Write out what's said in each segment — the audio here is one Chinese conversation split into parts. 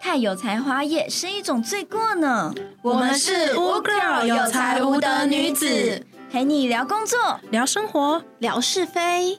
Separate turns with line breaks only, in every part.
菜啊有才华也是一种罪过呢。
我们是无 girl 有才无德女子，
陪你聊工作。
聊生活，
聊是非。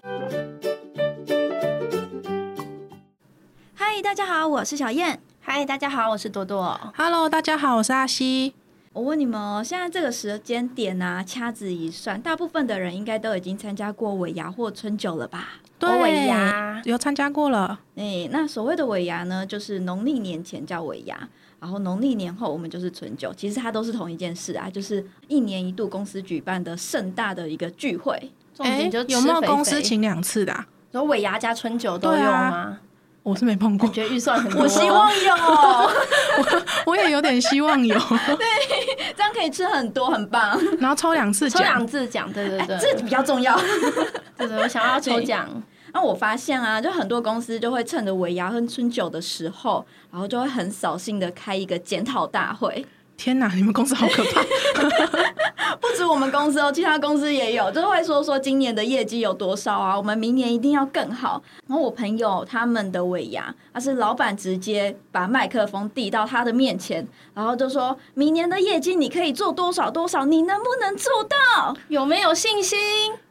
嗨，大家好，我是小燕。
嗨，大家好，我是朵朵。
Hello，大家好，我是阿西。
我问你们哦，现在这个时间点啊，掐指一算，大部分的人应该都已经参加过尾牙或春酒了吧？哦
我尾牙
有参加过了，
诶、那所谓的尾牙呢，就是农历年前叫尾牙，然后农历年后我们就是春酒。其实它都是同一件事啊，就是一年一度公司举办的盛大的一个聚会。
重点就
有没有公司
情？
请两次的啊、
然后尾牙加春酒都有
对啊
吗？
我是没碰过
感，觉预算很多。
我希望有，
我也有点希望有，
这样可以吃很多，很棒。
然后抽两次
抽两
奖，
次奖，对对
哎
对，
这比较重要。
对对，我想要抽奖。
那我发现啊，就很多公司就会趁着尾牙和春酒的时候，然后就会很扫兴的开一个检讨大会。
天哪，你们公司好可怕！
不止我们公司哦，其他公司也有，就是会说说今年的业绩有多少啊，我们明年一定要更好。然后我朋友他们的尾牙，他是老板直接把麦克风递到他的面前，然后就说明年的业绩你可以做多少多少，你能不能做到？
有没有信心？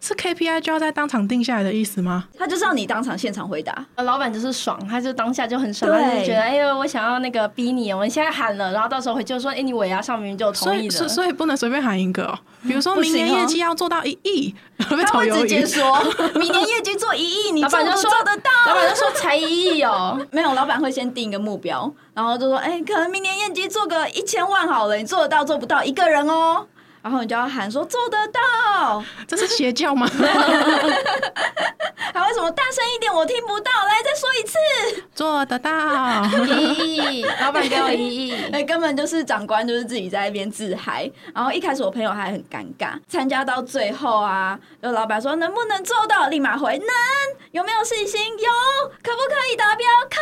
是 KPI 就要在当场定下来的意思吗？
他就是要你当场现场回答。
呃老板就是爽，他就当下就很爽，
对
他就觉得哎呦，我想要那个逼你，我们现在喊了，然后到时候回去就说，哎，你尾牙上明明就有
所
同意
以，所以
的。
所以不能随便喊一个哦。比如说明年
不行哦
业绩要做到一亿，被
他
炒
会
鱿
直接
鱼。
说，明年业绩做一亿，你
老
做
板就
不
说
做得到？
老板就说才一亿哦，
没有，老板会先定一个目标，然后就说：“哎、可能明年业绩做个一千万好了，你做得到做不到一个人哦。”然后你就要喊说：“做得到
这是邪教吗？！”
还为什么大声一点？我听不到，来再说一次。
做得到。
一亿，老板给我一亿。
哎，根本就是长官就是自己在那边自嗨。然后一开始我朋友还很尴尬，参加到最后啊，就老板说：“能不能做到？”立马回：“能。”有没有信心？有。可不可以达标？可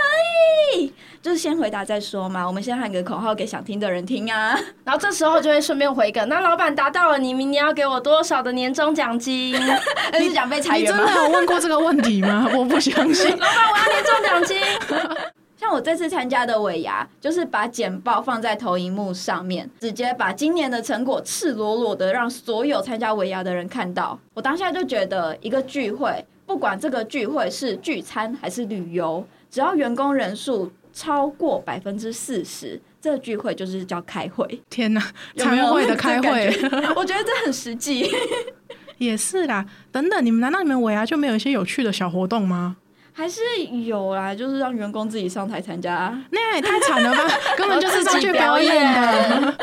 以。就是先回答再说嘛。我们先喊个口号给想听的人听啊。
然后这时候就会顺便回一个，那老板达到了，你明年要给我多少的年终奖金？老
但是想被裁
你
员
真
吗？
的有问过这个问题吗？我不相信。
板，我要年终奖金。
像我这次参加的尾牙，就是把简报放在投影幕上面，直接把今年的成果赤裸裸的让所有参加尾牙的人看到。我当下就觉得，一个聚会，不管这个聚会是聚餐还是旅游，只要员工人数超过百分之四十，这个聚会就是叫开会。
天哪，
有没
财
有
务会的开
这感
会。
觉我觉得这很实际。
也是啦，等等，你们难道你们尾牙就没有一些有趣的小活动吗？
还是有啦，就是让员工自己上台参加。
那样也太惨了 吧，根本就是上去表演的，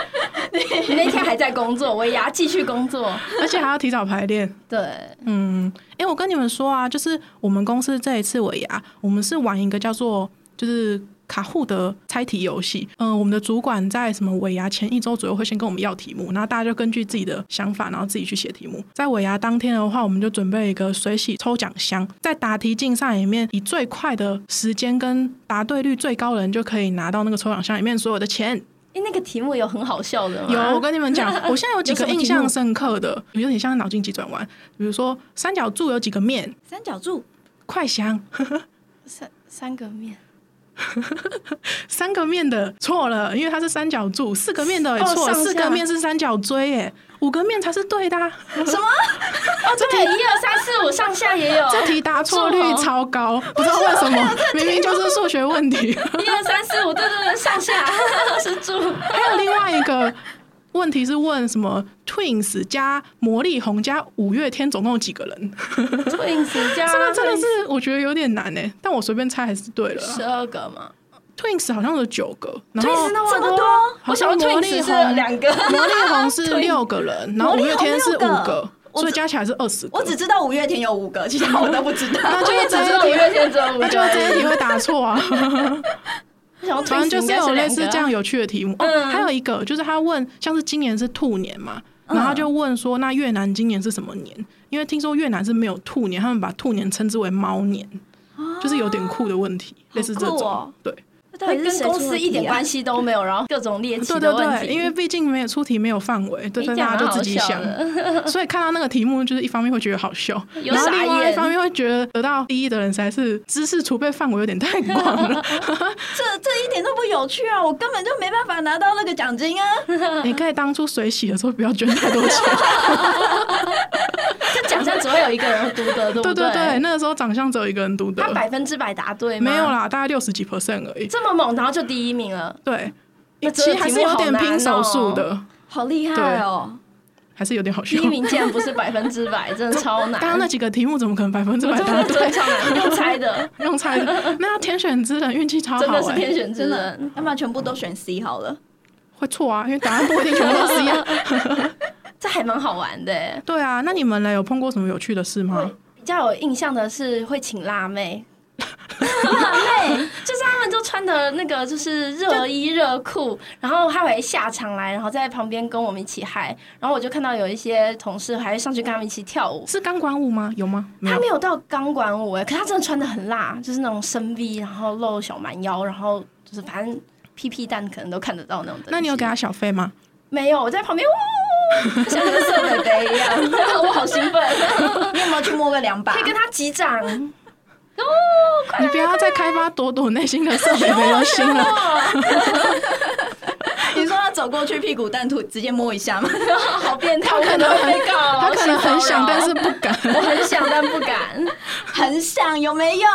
你那天还在工作，我也要继续工作。
而且还要提早排练。
对，
嗯，哎、我跟你们说啊，就是我们公司这一次尾牙，我们是玩一个叫做就是卡户的猜题游戏。嗯、我们的主管在什么尾牙前一周左右会先跟我们要题目，然后大家就根据自己的想法，然后自己去写题目。在尾牙当天的话，我们就准备一个水洗抽奖箱，在答题竞赛里面，以最快的时间跟答对率最高的人就可以拿到那个抽奖箱里面所有的钱。
哎，那个题目有很好笑的吗？
有，我跟你们讲，我现在有几
有什
个
么题目
印象深刻的，有点像脑筋急转弯，比如说三角柱有几个面。
三角柱，
快想，
三三个面，
三个面的错了，因为它是三角柱；四个面的也
哦
错了，
上
四个
下
面是三角锥，耶，五个面才是对的啊、
对，一二三四五上下也 有，
这题答错率
哦
超高，不知道为什 么，明明就是数学问题。
一二三四五，对对对，上下 是住。
还有另外一个问题是问什么 Twins 加魔力红加五月天总共有几个人？
Twins 加
这个真的是我觉得有点难哎、但我随便猜还是对了
十
啊。
二个嘛
Twins 好像有九个，然后
？Twins 那
这么
多
多，
我想
好像魔力
Twins 是
红
两个，
魔力红是六个人，然后
魔力
五
红
月天是
六
五个
个，我
所以加起来是二十个。嗯
我只知道五月天有五个，其他我都不知道。
那就
我也只知
这
道五
题
月天只有五
那就这一题
个。
会答错啊。
我想
反正就
Twins 应
是
该
有类
两
似
个
这样有趣的题目。哦，
嗯
还有一个就是他问，像是今年是兔年嘛，
嗯
然后他就问说，那越南今年是什么年？因为听说越南是没有兔年，他们把兔年称之为猫年，就是有点酷的问题，类似这
啊好酷
种
哦。
对，
到底是
跟
谁
公
出
司
的
一点
题啊
关系都没有，然后各种猎奇
对
的
对
问题，
对，因为毕竟没有出题，没有范围，对，
你
所以
讲
大家
得
就
好
自己
笑
想。
的
所以看到那个题目，就是一方面会觉得好笑，
有
然后
傻
另外一
眼
方面会觉得得到第一的人实在是知识储备范围有点太广 了。
这这一点都不有趣啊！我根本就没办法拿到那个奖金啊！
你可以当初水洗的时候不要捐太多 钱，
这奖项只会有一个人读得，对不
对对对，
对，
那个时候长相只有一个人读的
他，百分之百答对吗？
没有，啊啦，大概六十几 percent 而已。
这么猛，然后就第一名了。
对
那，
其
这
实
个
还
题
是
目
有
好
点
难
拼手
哦
速的，
好厉害哦！
还是有点好
第
笑
一。名竟然不是百分之百，真的超难。
刚刚那几个题目怎么可能百分之 百
真
答
的真
对
的？超难，用猜的，
用猜的，那要天选之人运气超
真
好
的是
哎、
天选之
真的
人。，
嗯要不然全部都选 C 好了。
会错啊，因为答案不一定全部都是一样。
这还蛮好玩的耶。
啊对啊，那你们呢？有碰过什么有趣的事吗？
比较有印象的是会请 辣妹，辣妹就是他们就穿的那个就是热衣热裤，然后她会下场来，然后在旁边跟我们一起嗨，然后我就看到有一些同事还会上去跟他们一起跳舞。
是钢管舞吗？有吗？没
她
有
没。有到钢管舞哎、可她真的穿的很辣，就是那种深 V，然后露小蛮腰，然后就是反正屁屁蛋可能都看得到那种。
那你有给他？小费吗？
没有，我在旁边呜， 像那个色美杯 一样，我好兴奋，
你有没有去摸个两把
可以？跟她击掌。
你不要再开发朵朵内心的色美没有心了。
哦
你说他走过去屁股蛋吐，直接摸一下吗？
好变态，我可能会被告，
他可能很想，但
是
是
哦
不敢。
我很想但不敢。
很想有没有？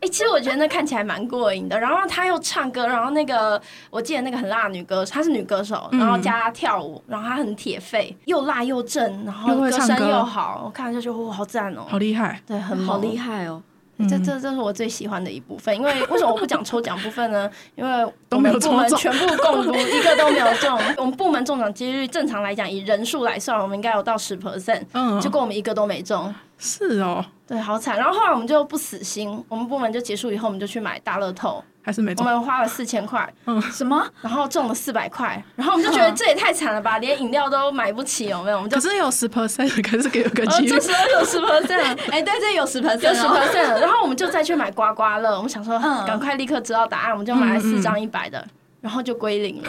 哎、其实我觉得那看起来蛮过瘾的。然后他又唱歌，然后那个我记得那个很辣的女歌手，她是女歌手，
嗯
然后加跳舞，然后她很铁肺，又辣又正，然后
又会
歌
唱
声
歌
又好，我看了就觉得哇，好赞哦、
好厉害！
对，很猛。
害哦！
嗯
这这这是我最喜欢的一部分，因为为什么我不讲抽奖部分 呢？因为
都没有
我们部门
抽中
全部共读，一个都没有中。我们部门中奖几率正常来讲，以人数来算，我们应该有到十 percent，
嗯
结，果我们一个都没中，
是哦，
对，好惨。然后后来我们就不死心，我们部门就结束以后，我们就去买大乐透，
还
哎
是没
我
中。
们花了四千块，
什么？
然后中了四百块，然后我们就觉得
嗯
这也太惨了吧，连饮料都买不起，有没有？我们就
可。是有十 percent，可是有个
呃，
几率
这。时候有十 percent，
哎，对，这有十 percent，
有十 percent，然后我们就再去买刮刮乐，我们想说
嗯
赶快立刻知道答案，我们就买了四张一百的，然后就归零了。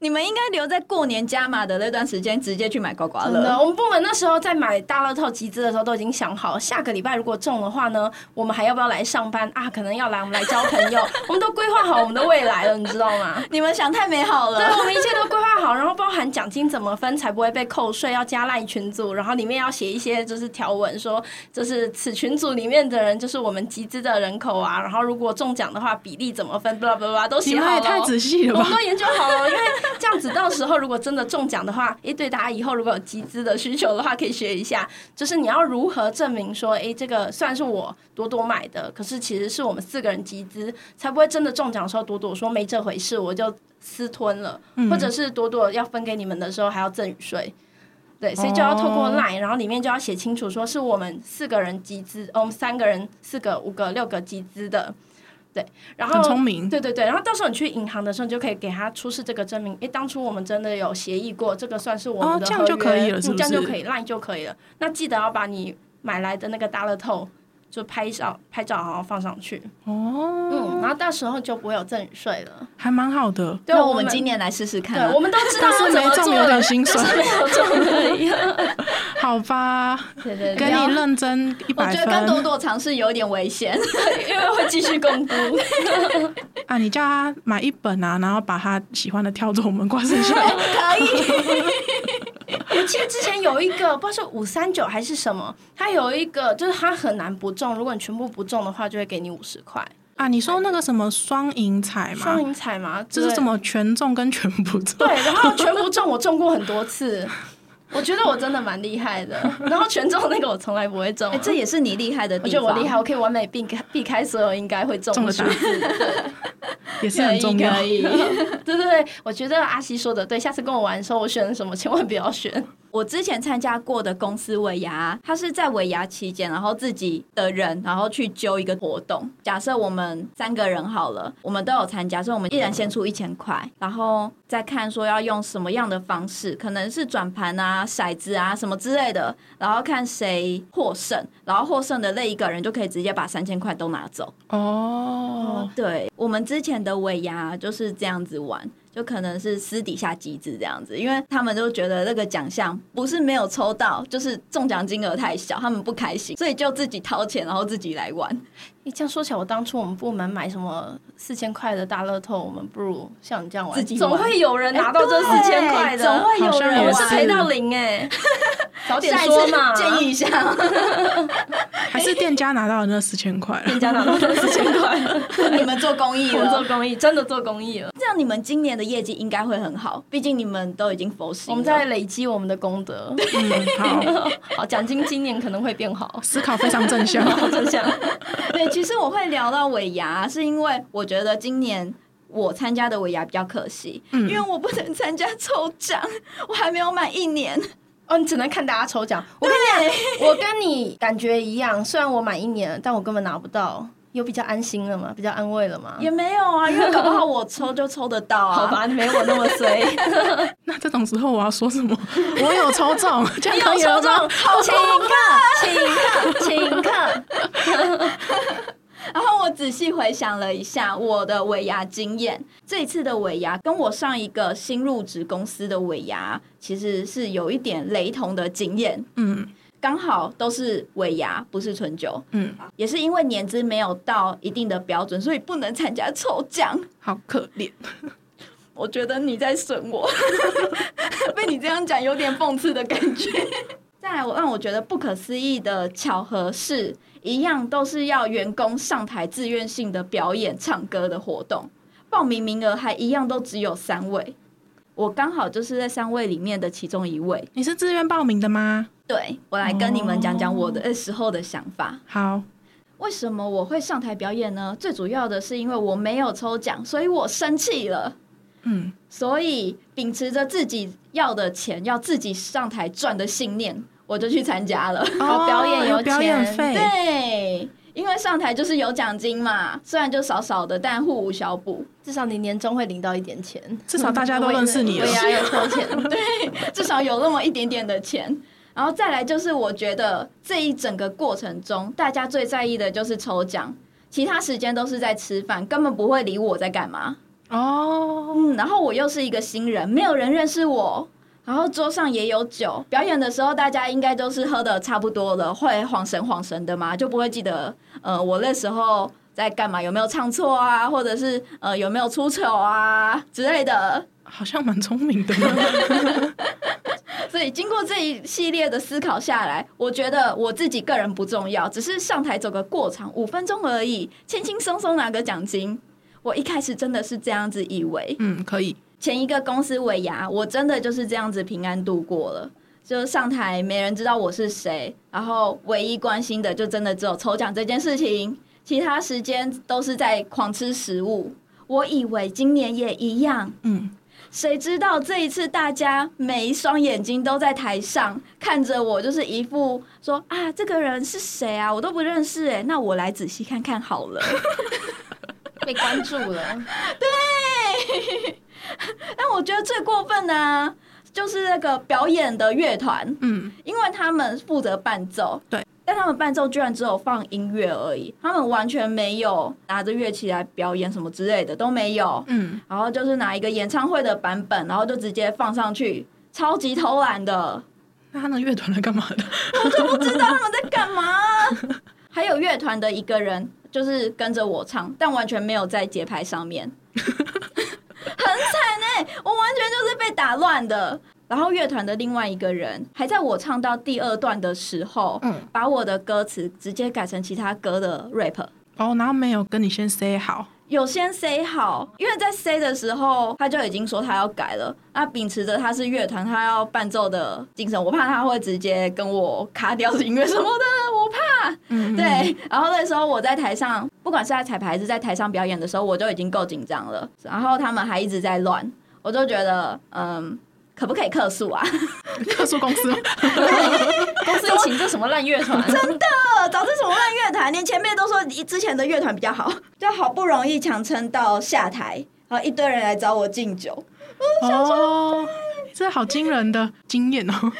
你们应该留在过年加码的那段时间，直接去买刮刮
真的，哦
乐。
我们部门那时候在买大乐透集资的时候都已经想好，下个礼拜如果中的话呢，我们还要不要来上班啊？可能要来，我们来交朋 友，我们都规划好我们的未来了，你知道吗？
你们想太美好
对，
了。
我们一切都规划好，然后包含奖金怎么分才不会被扣税，要加赖群组，然后里面要写一些就是条文说，就是此群组里面的人就是我们集资的人口啊，然后如果中奖的话比例怎么分，巴拉巴拉都
你
写
们
好
也太
了。
仔细了
哦我们
吧！
都研究好了，因为这样子到时候如果真的中奖的话，诶、对大家以后如果有集资的需求的话，可以学一下，就是你要如何证明说，诶、这个虽然是我朵朵买的，可是其实是我们四个人集资，才不会真的中奖的时候朵朵说没这回事，我就私吞了，
嗯
或者是朵朵要分给你们的时候还要赠与税。对，所以就要透过
哦
Line，、然后里面就要写清楚，说是我们四个人集资，哦我们三个人、四个、五个、六个集资的，对，然后
很聪明，
对对对，然后到时候你去银行的时候，你就可以给他出示这个证明。诶，当初我们真的有协议过，这个算是我们的
哦这
合
样
约，
就可以了是不
嗯这样
是
就可以，那就可以了。嗯那记得要把你买来的那个大乐透就拍照拍照，然后放上去。
哦，
嗯，然后到时候就不会有赠与税了。
还蛮好的。
对，啊
那
我
我们今年来试试看啊
对，我。们都知道
但是
要怎
没
么
中
做
有
了，
点心
就
酸
是，没有中的一样。
好吧？
对对
给
对，
你认真一
我
百
觉得跟朵
分
朵尝试有点危险。
因为会继续公 布。
啊！你叫他买一本啊，然后把他喜欢的挑着我们挂身上。
可以，
我记得之前有一个不知道是五三九还是什么，它有一个就是它很难不中，如果你全部不中的话，就会给你五十块。
啊，你说那个什么双赢彩
双
嘛，
赢彩嘛，
就
对
是什？么全中跟全不中。
对，然后全不中，我中过很多 次，我觉得我真的蛮厉害的。然后全中那个我从来不会中、啊
哎这也是你厉害的
我
地
觉
方。
得我厉害，。我可以完美避开避开所有应该会中
中了
的数
答案
字。
也是很重要。
可以，可以
对对对，我觉得阿西说的对，下次跟我玩的时候，我选了什么千万不要选。
我之前参加过的公司尾牙，它是在尾牙期间，然后自己的人，然后去揪一个活动。假设我们三个人好了，我们都有参加，所以我们一人先出一千块，然后再看说要用什么样的方式，可能是转盘啊、骰子啊什么之类的，然后看谁获胜，然后获胜的那一个人就可以直接把三千块都拿走。
哦，
对我们之前的尾牙就是这样子玩，就可能是私底下机制这样子，因为他们就觉得那个奖项不是没有抽到，就是中奖金额太小，他们不开心，所以就自己掏钱，然后自己来玩。
你这样说起来，我当初我们部门买什么四千块的大乐透，我们不如像你这样玩，哎
自己玩
总会有人拿到这
对
四千块的，
总会有
好像
人
我
也
们
玩
是赔到零哎、 早点
下一
说
次
嘛，
建议一 下，
还是店家拿到的那四千块了。
人家拿到这四千 块，
你们做公益
我们做
了，
公益，真的做公益了，
这样你们今年的业绩应该会很好，毕竟你们都已经佛系了。
我们在累积我们的功德。
嗯，好，
好，奖金今年可能会变好
，思考非常正 向。
好正向。
对，其实我会聊到尾牙，是因为我觉得今年我参加的尾牙比较可惜，
嗯
因为我不能参加抽奖，我还没有满一年。
哦，你只能看大家抽奖。我跟你讲，我跟你感觉一样，虽然我满一年了，但我根本拿不到，有比较安心了吗？比较安慰了吗？
也没有啊，因为搞不好我抽就抽得到啊。
好，吧，没我那么 衰。
那这种时候我要说什么？ 我有抽中，这样可以
抽
了吗？
中，好请客，请客，请客。
然后我仔细回想了一下我的尾牙经验，这一次的尾牙跟我上一个新入职公司的尾牙其实是有一点雷同的经验。
嗯
刚好都是尾牙，不是纯酒，
嗯，
也是因为年资没有到一定的标准，所以不能参加抽奖。
好可怜。
我觉得你在损我， 被你这样讲有点讽刺的感觉。 再来，我让我觉得不可思议的巧合是，一样都是要员工上台自愿性的表演唱歌的活动，报名名额还一样都只有三位，我刚好就是在三位里面的其中一位。
你是自愿报名的吗？
对我来跟你们讲讲我的那时候的想法。
好，
为什么我会上台表演呢？最主要的是因为我没有抽奖，所以我生气了。
嗯，
所以秉持着自己要的钱要自己上台赚的信念，我就去参加了。
好表演
哦
有
有表演
钱
费，
对，因为上台就是有奖金嘛，虽然就少少的，但互无小补，
至少你年终会领到一点钱，
至少大家都认识你
我
了
也。还有抽钱，
至少有那么一点点的钱。然后再来就是，我觉得这一整个过程中，大家最在意的就是抽奖，其他时间都是在吃饭，根本不会理我在干嘛。
哦，
嗯，然后我又是一个新人，没有人认识我。然后桌上也有酒，表演的时候大家应该都是喝的差不多了，会晃神晃神的嘛，就不会记得呃我那时候在干嘛，有没有唱错啊，或者是呃有没有出糗啊之类的。
好像蛮聪明的呢。
所以经过这一系列的思考下来，我觉得我自己个人不重要，只是上台走个过场，五分钟而已，轻轻松松拿个奖金。我一开始真的是这样子以为，
嗯，可以。
前一个公司尾牙，我真的就是这样子平安度过了。就上台，没人知道我是谁，然后唯一关心的就真的只有抽奖这件事情，其他时间都是在狂吃食物。我以为今年也一样，
嗯，
谁知道这一次大家每一双眼睛都在台上看着我，就是一副说啊，这个人是谁啊，我都不认识哎、那我来仔细看看好了。
被关注了。
但我觉得最过分的、啊、就是那个表演的乐团，
嗯，
因为他们负责伴奏，
对，
但他们伴奏居然只有放音乐而已，他们完全没有拿着乐器来表演什么之类的都没有，
嗯，
然后就是拿一个演唱会的版本，然后就直接放上去，超级偷懒的，
那他的乐团来干嘛的？
不知道他们在干嘛。还有乐团的一个人就是跟着我唱，但完全没有在节拍上面，很惨哎、我完全就是被打乱的。然后乐团的另外一个人还在我唱到第二段的时候，
嗯，
把我的歌词直接改成其他歌的 rap。
哦，然后没有跟你先 say 好。
有先 say 好，因为在 say 的时候他就已经说他要改了。那秉持着他是乐团，他要伴奏的精神，我怕他会直接跟我卡掉音乐什么的，我怕。
嗯，
对，然后那时候我在台上，不管是在彩排还是在台上表演的时候，我就已经够紧张了。然后他们还一直在乱，我就觉得，嗯，可不可以客诉啊？
客诉公司 吗
公司有请这什么烂乐团？
真的，早知呃什么烂乐团，连前辈都说之前的乐团比较好，就好不容易强撑到下台，然后一堆人来找我敬酒，
哦，这好惊人的经验 哦！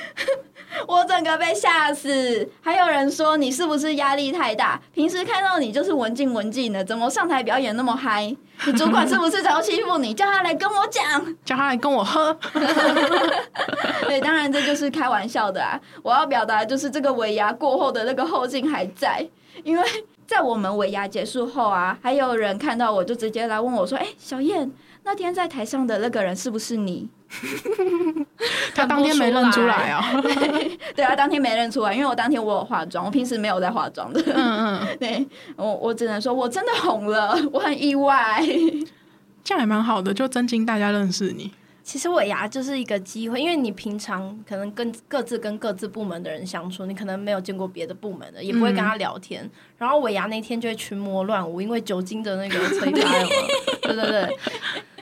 我整个被吓死。还有人说你是不是压力太大？平时看到你就是文静文静的，怎么上台表演那么嗨？你主管是不是才要欺负你？叫他来跟我讲。
叫他来跟我 喝，
对，当然这就是开玩笑的啊。我要表达的就是这个尾牙过后的那个后劲还在，因为在我们尾牙结束后啊，还有人看到我就直接来问我说：“哎、小燕，那天在台上的那个人是不是你
他当天没认出来哦。？”
对啊，当天没认出来，因为我当天我有化妆，我平时没有在化妆的。
嗯嗯，
对，我我只能说我真的红了，我很意外。
这样也蛮好的，就增进大家认识你。
其实尾牙就是一个机会，因为你平常可能跟各自跟各自部门的人相处，你可能没有见过别的部门的，也不会跟他聊天。然后尾牙那天就会群魔乱舞，因为酒精的那个催发了嘛，对对对。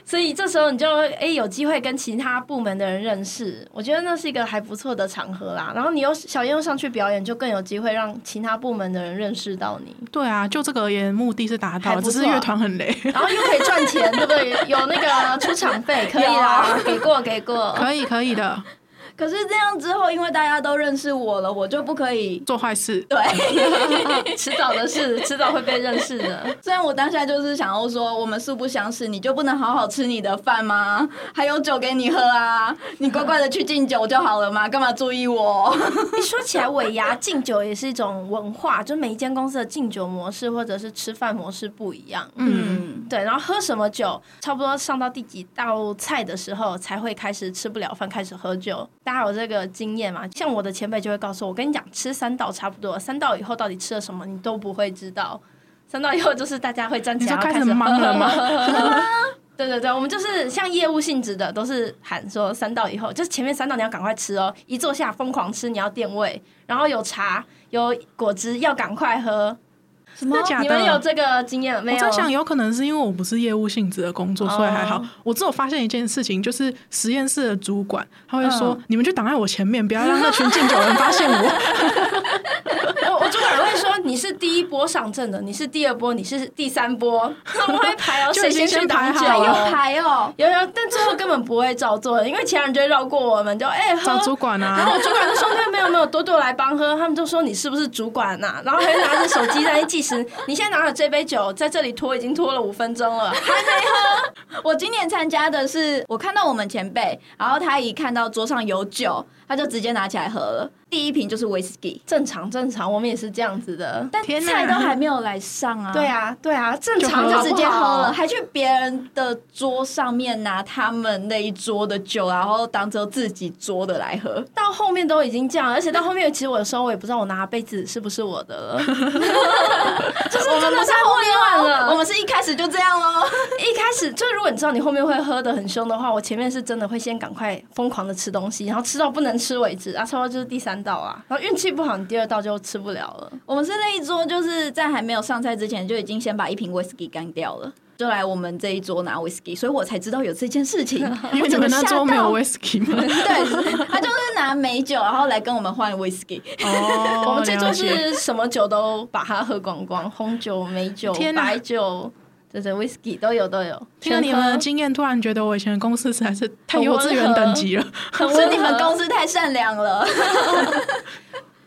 所以这时候你就哎有机会跟其他部门的人认识，我觉得那是一个还不错的场合啦。然后你又小燕又上去表演，就更有机会让其他部门的人认识到你，
对啊，就这个而言，目的是达到
还
了，
不
只
错
是乐团很 累。
然后又可以赚钱，对不对？有那个出场费可以啦，给过给过。
可以，可以的，
可是这样之后，因为大家都认识我了，我就不可以。
做坏事。
对，
迟早的事，迟早会被认识 的。
虽然我当下就是想要说，我们素不相识，你就不能好好吃你的饭吗？还有酒给你喝啊，你乖乖的去敬酒就好了嘛，干嘛注意我？
一说起来，尾牙敬酒也是一种文化，就每一间公司的敬酒模式或者是吃饭模式不一样。
嗯，
对，然后喝什么酒，差不多上到第几道菜的时候，才会开始吃不了饭，开始喝酒。大家有这个经验吗？像我的前辈就会告诉我，我跟你讲，吃三道差不多，三道以后到底吃了什么，你都不会知道。三道以后就是大家会站起来
你说
然后
开始忙了吗
吗？ 对对对，我们就是像业务性质的，都是喊说三道以后，就是前面三道你要赶快吃哦，一坐下疯狂吃，你要垫胃，然后有茶有果汁要赶快喝。
什
真的假
你们有
的？
这个经验没
我
有
在？想，有可能是因为我不是业务性质的工作，所以还好
哦。
我只有发现一件事情，就是实验室的主管他会说
嗯：“
你们就挡在我前面，不要让那群敬酒人发现我。”
我我主管会说你是第一波上阵的，你是第二波，你是第三波，他们会 排哦，
就
谁
已经
去
先排
挡
好
酒？
还有
了
牌哦，
有有，但最后根本不会照做，因为其他人就会绕过我们，就哎、喝
找。主管
然后
啊，
我主管就说没有没有没有，朵朵来帮喝，他们就说你是不是主管呐、然后还拿着手机在那计时，你现在拿了这杯酒在这里拖，已经拖了五分钟了，
我今年参加的是，我看到我们前辈，然后他一看到桌上有酒，他就直接拿起来喝了，第一瓶就是 whisky，
正常正常，我们也是这样子的。
但
天哪
菜都还没有来上 啊。
对啊对啊，正
好
常
就
好不
直接喝
好
了，还去别人的桌上面拿他们那一桌的酒，然后当成自己桌的来喝。
到后面都已经这样，而且到后面，其实我有时候我也不知道我拿的杯子是不是我的了，就是我们不是后面换了，
我
我们
们是一开始就这样喽。
一开始就如果你知道你后面会喝的很凶的话，我前面是真的会先赶快疯狂的吃东西，然后吃到不能吃为止啊，差不多就是第三道啊，然后运气不好，你第二道就吃不了了。
我们是那一桌，就是在还没有上菜之前，就已经先把一瓶 whisky 干掉了。就来我们这一桌拿 whisky，所以我才知道有这件事情。
因为
我
你
整个
们那
吓
桌没 有
到
whisky 吗？
对，他就是拿美酒，然后来跟我们换 whisky。
哦，
我们这
了
桌
解
是什么酒都把它喝光光，红酒、美酒、
天哪
白酒，对对，whisky 都有都有，
听了你们的经验，突然觉得我以前的公司实在是太幼稚园等级了。
全喝，
是你们
司。
公司太善良了。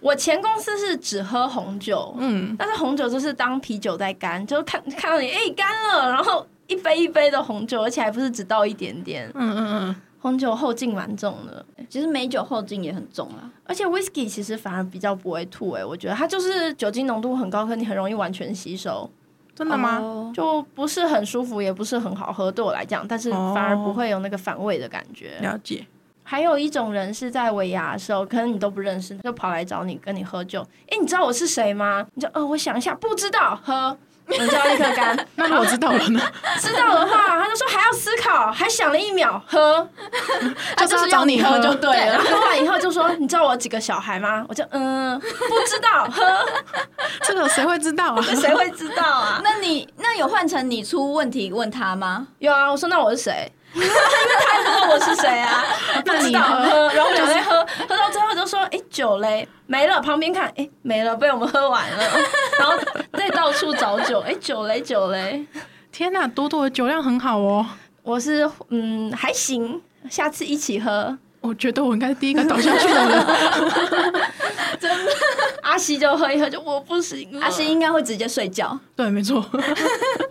我前公司是只喝红酒，嗯，但是红酒就是当啤酒在干，就看看到你哎干、了，然后一杯一杯的红酒，而且还不是只倒一点点，
嗯嗯嗯，
红酒后劲蛮重的。
其实美酒后劲也很重啊。
而且 whisky 其实反而比较不会吐、哎，我觉得它就是酒精浓度很高，可你很容易完全吸收，
真的吗？
哦
就不是很舒服，也不是很好喝，对我来讲，但是
哦
反而不会有那个反胃的感觉。
了解。
还有一种人是在尾牙的时候，可能你都不认识，就跑来找你跟你喝酒。哎，你知道我是谁吗？你就呃，我想一下，不知道，喝。你就要立刻干，
那如果知道了 呢？
知道的话，他就说还要思考，还想了一秒，喝。
他就是要你喝就对
对，
了。
然后喝完以后就说，你知道我有几个小孩吗？我就嗯，不知道，喝，
这个谁会知道啊？
谁会知道啊？
那你那有换成你出问题问他吗？
有啊，我说那我是谁？他不问我是谁啊，我不知 道喝，然后我就在喝，喝到最后就说，哎、酒嘞没了，旁边看，哎、没了，被我们 喝完了，然后再到处找酒，哎、酒嘞酒嘞，
天哪、朵朵的酒量很好哦，
我是嗯还行，下次一起喝，
我觉得我应该是第一个倒下去 的人。
阿西就喝一喝就我不行了，
阿星应该会直接睡觉。
对，没 错，哦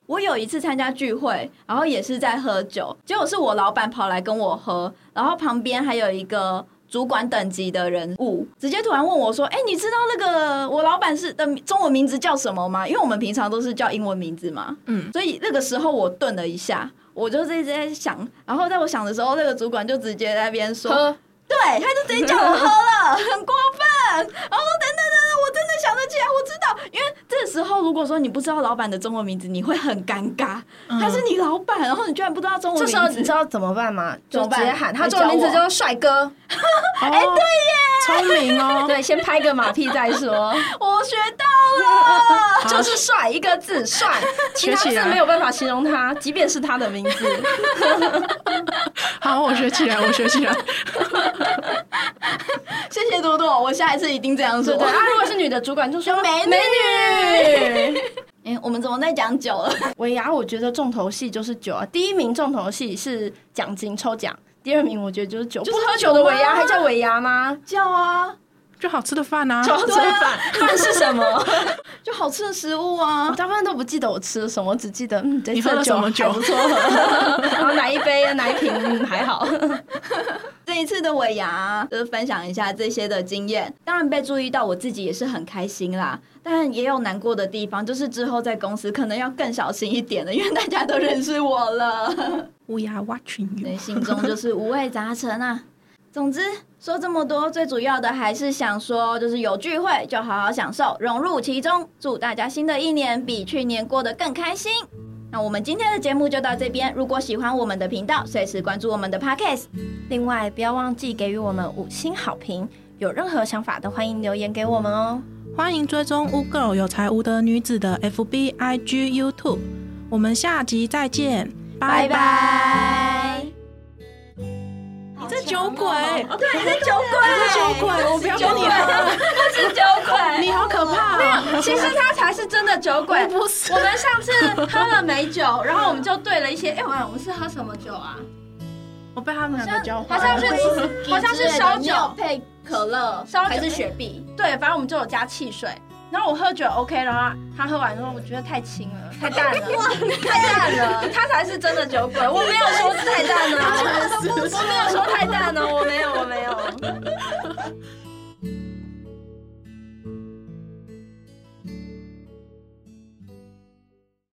我有一次参加聚会，然后也是在喝酒，结果是我老板跑来跟我喝，然后旁边还有一个。主管等级的人物直接突然问我说：“哎、你知道那个我老板是的中文名字叫什么吗？因为我们平常都是叫英文名字嘛。”
嗯，
所以那个时候我顿了一下，我就一直在想，然后在我想的时候，那个主管就直接在那边说：“
喝。
对，他就直接叫我喝了， 很过分。然后我说等等等等，我真的想得起来，我知道，因为这时哦候如果说你不知道老板的中文名字，你会很尴尬。
嗯
他是你老板，然后你居然不知道中文名
这
字，
时候你知道怎么办吗？
怎
就
么
直
办
接喊他
来
中文
教
名字
我
就是帅哥，
哎、 对耶，聪明哦，
对，先拍个马屁再说，
我学到了。
就是帅一个字帅，其他
学起
字
来
没有办法形容他，即便是他的名字。
好，我学起来，我学起来。
谢谢多多，我下一次一定这样
对
做。
对，啊，如果是女的主管就说
美女
美女。
哎、我们怎么在讲酒 了？
尾牙我觉得重头戏就是酒啊，第一名重头戏是奖金抽奖，第二名我觉得就是酒，
就是
不喝
酒
酒的尾
啊
牙还叫尾牙吗？
酒啊，
就好吃的饭啊，
酒吃饭，饭是什么？
就好吃的食物
我
啊。
大部分都不记得我吃了什么，我只记得嗯，这
你
次
喝了
酒
什么酒
还不错 喝，然后哪一杯哪一瓶嗯还好。
这一次的尾牙，就是分享一下这些的经验。当然被注意到，我自己也是很开心啦，但也有难过的地方，就是之后在公司可能要更小心一点了，因为大家都认识我了。
We are watching
对，
you。
心中就是五味杂陈啊。总之说这么多，最主要的还是想说，就是有聚会就好好享受，融入其中。祝大家新的一年比去年过得更开心。那我们今天的节目就到这边。如果喜欢我们的频道，随时关注我们的 Podcast。
另外，不要忘记给予我们五星好评，有任何想法都欢迎留言给我们哦。
欢迎追踪污 girl 有才无德女子的 FB、IG、YouTube。我们下集再见，
拜
拜
拜。
你这酒鬼，
哎
对，你是酒鬼，
酒鬼，我不要跟你喝，
是酒鬼，
你好可怕哦、
其实他才是真的酒鬼。
我不是
我们上次喝了美酒，然后我们就对了一些，哎、我们我们是喝什么酒啊？
我被他们两个交换，
好像是好像是烧酒，
配可乐，
烧酒
还是雪碧？
对，反正我们就有加汽水。然后我喝酒 OK，然后他喝完之后，我觉得太轻了，太淡了， 太 淡了，他才是真的酒鬼。我没有说太淡啊，我没有说太淡哦，我